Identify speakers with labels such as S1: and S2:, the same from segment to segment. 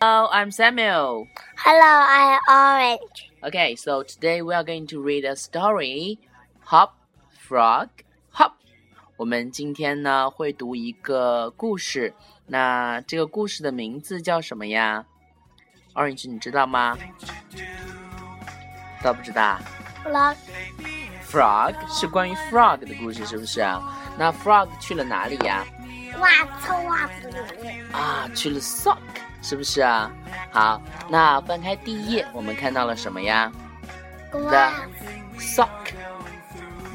S1: Hello, I'm Samuel.
S2: Hello, I'm Orange.
S1: Okay, so today we are going to read a story, Hop, Frog, Hop. 我们今天呢会读一个故事，那这个故事的名字叫什么呀？Orange，你知道吗？知道不知道
S2: 我
S1: ？Frog 是关于 frog 的故事，是不是啊？那 frog 去了哪里呀？
S2: 袜子袜子里面
S1: 啊，去了 sock，是不是啊？好，那翻开第一页，我们看到了什么呀？
S2: 袜
S1: the sock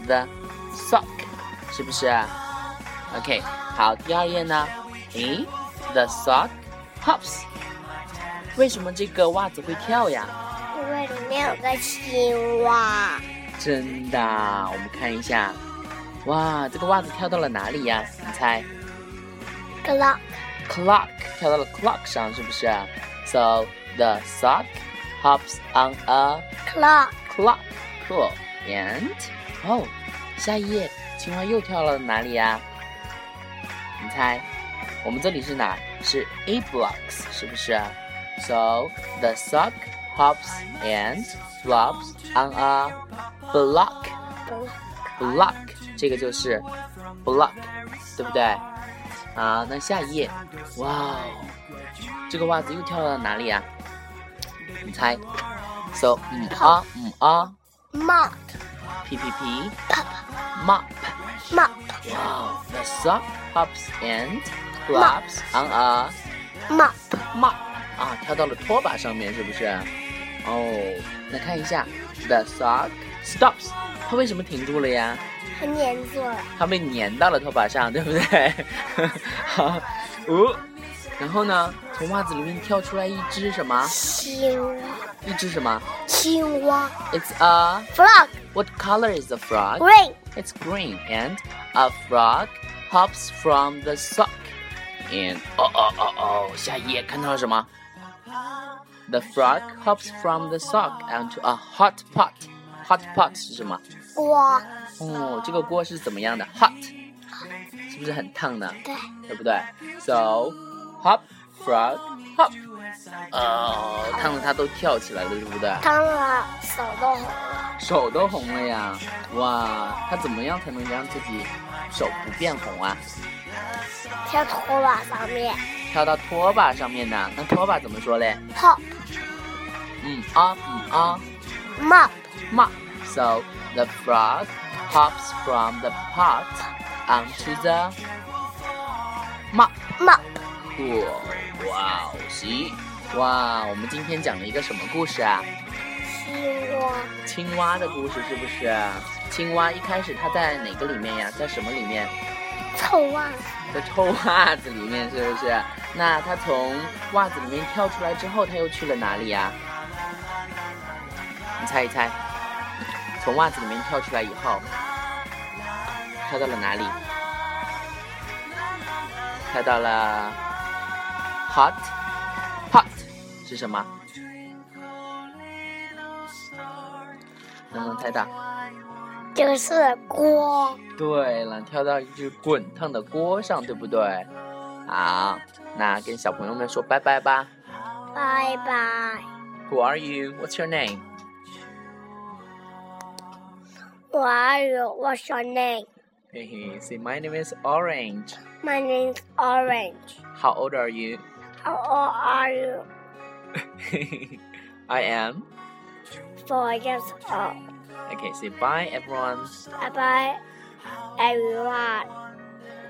S1: the sock 是不是？OK，好，第二页呢？诶，the sock hops，为什么这个袜子会跳呀？
S2: 子，因为里面有个青蛙。
S1: 真的啊，我们看一下，哇，这个袜子跳到了哪里呀？你猜
S2: Clock
S1: clock 跳到了 clock 上是不是？So the sock hops on a
S2: clock
S1: clock. Cool. And oh，下一页，青蛙又跳到哪里呀、你猜？我们这里是哪？是 A blocks，是不是？So the sock hops and flops on a block. Block，这个就是 block，对不对？啊，那下一页，哇哦，这个袜子又跳到哪里呀、你猜？So 嗯啊嗯啊
S2: mop
S1: P P P mop
S2: mop
S1: wow the sock hops and flops on a
S2: mop
S1: mop 啊，跳到了拖把上面，是不是？哦，来看一下，the sock stops，它为什么停住了呀？
S2: 很黏住了，
S1: 它被粘到了头发上，对不对？ 好，五、然后呢，从袜子里面跳出来一只什么？
S2: 青蛙
S1: 一只什么
S2: 青蛙
S1: ？It's a
S2: frog
S1: what color is the frog?
S2: green
S1: It's green, and a frog hops from the sock. And oh oh oh oh，下一页看到了什么？The frog hops from the sock onto a hot pot. Hot pot 是什么？
S2: 蛙，
S1: 哦，这个锅是怎么样的？Hot，是不是很烫呢？
S2: 对，
S1: 对不对？So hop frog hop，哦，烫的它都跳起来了，对不对？
S2: 当然手都红了，
S1: 手都红了呀！哇，它怎么样才能让自己手不变红啊？
S2: 贴拖把上面
S1: 跳到拖把上面呢？那拖把怎么说嘞？
S2: hop
S1: 嗯啊嗯啊
S2: mop
S1: mop。So the frog hops from the pot onto the mop。
S2: mop
S1: 哇哦，行！哇，我们今天讲了一个什么故事啊？
S2: 青蛙
S1: 青蛙的故事是不是？啊青蛙一开始它在哪个里面呀？在什么里面？
S2: 臭袜子
S1: 在臭袜子里面是不是？那它从袜子里面跳出来之后，它又去了哪里呀？你猜一猜，从袜子里面跳出来以后，跳到了哪里？跳到了 hot pot 是什么？能不能猜到？
S2: 就是锅
S1: 对了，跳到一只滚烫的锅上，对不对？好，那跟小朋友们说拜拜吧。
S2: 拜拜，
S1: Who are you? What's your name?
S2: 我还有我小内。
S1: Hey, hey, say my name is Orange.
S2: My name's Orange.
S1: How old are you?
S2: How old are you?
S1: I am.
S2: Four years old.
S1: Okay, say bye, everyone.
S2: Bye bye, everyone.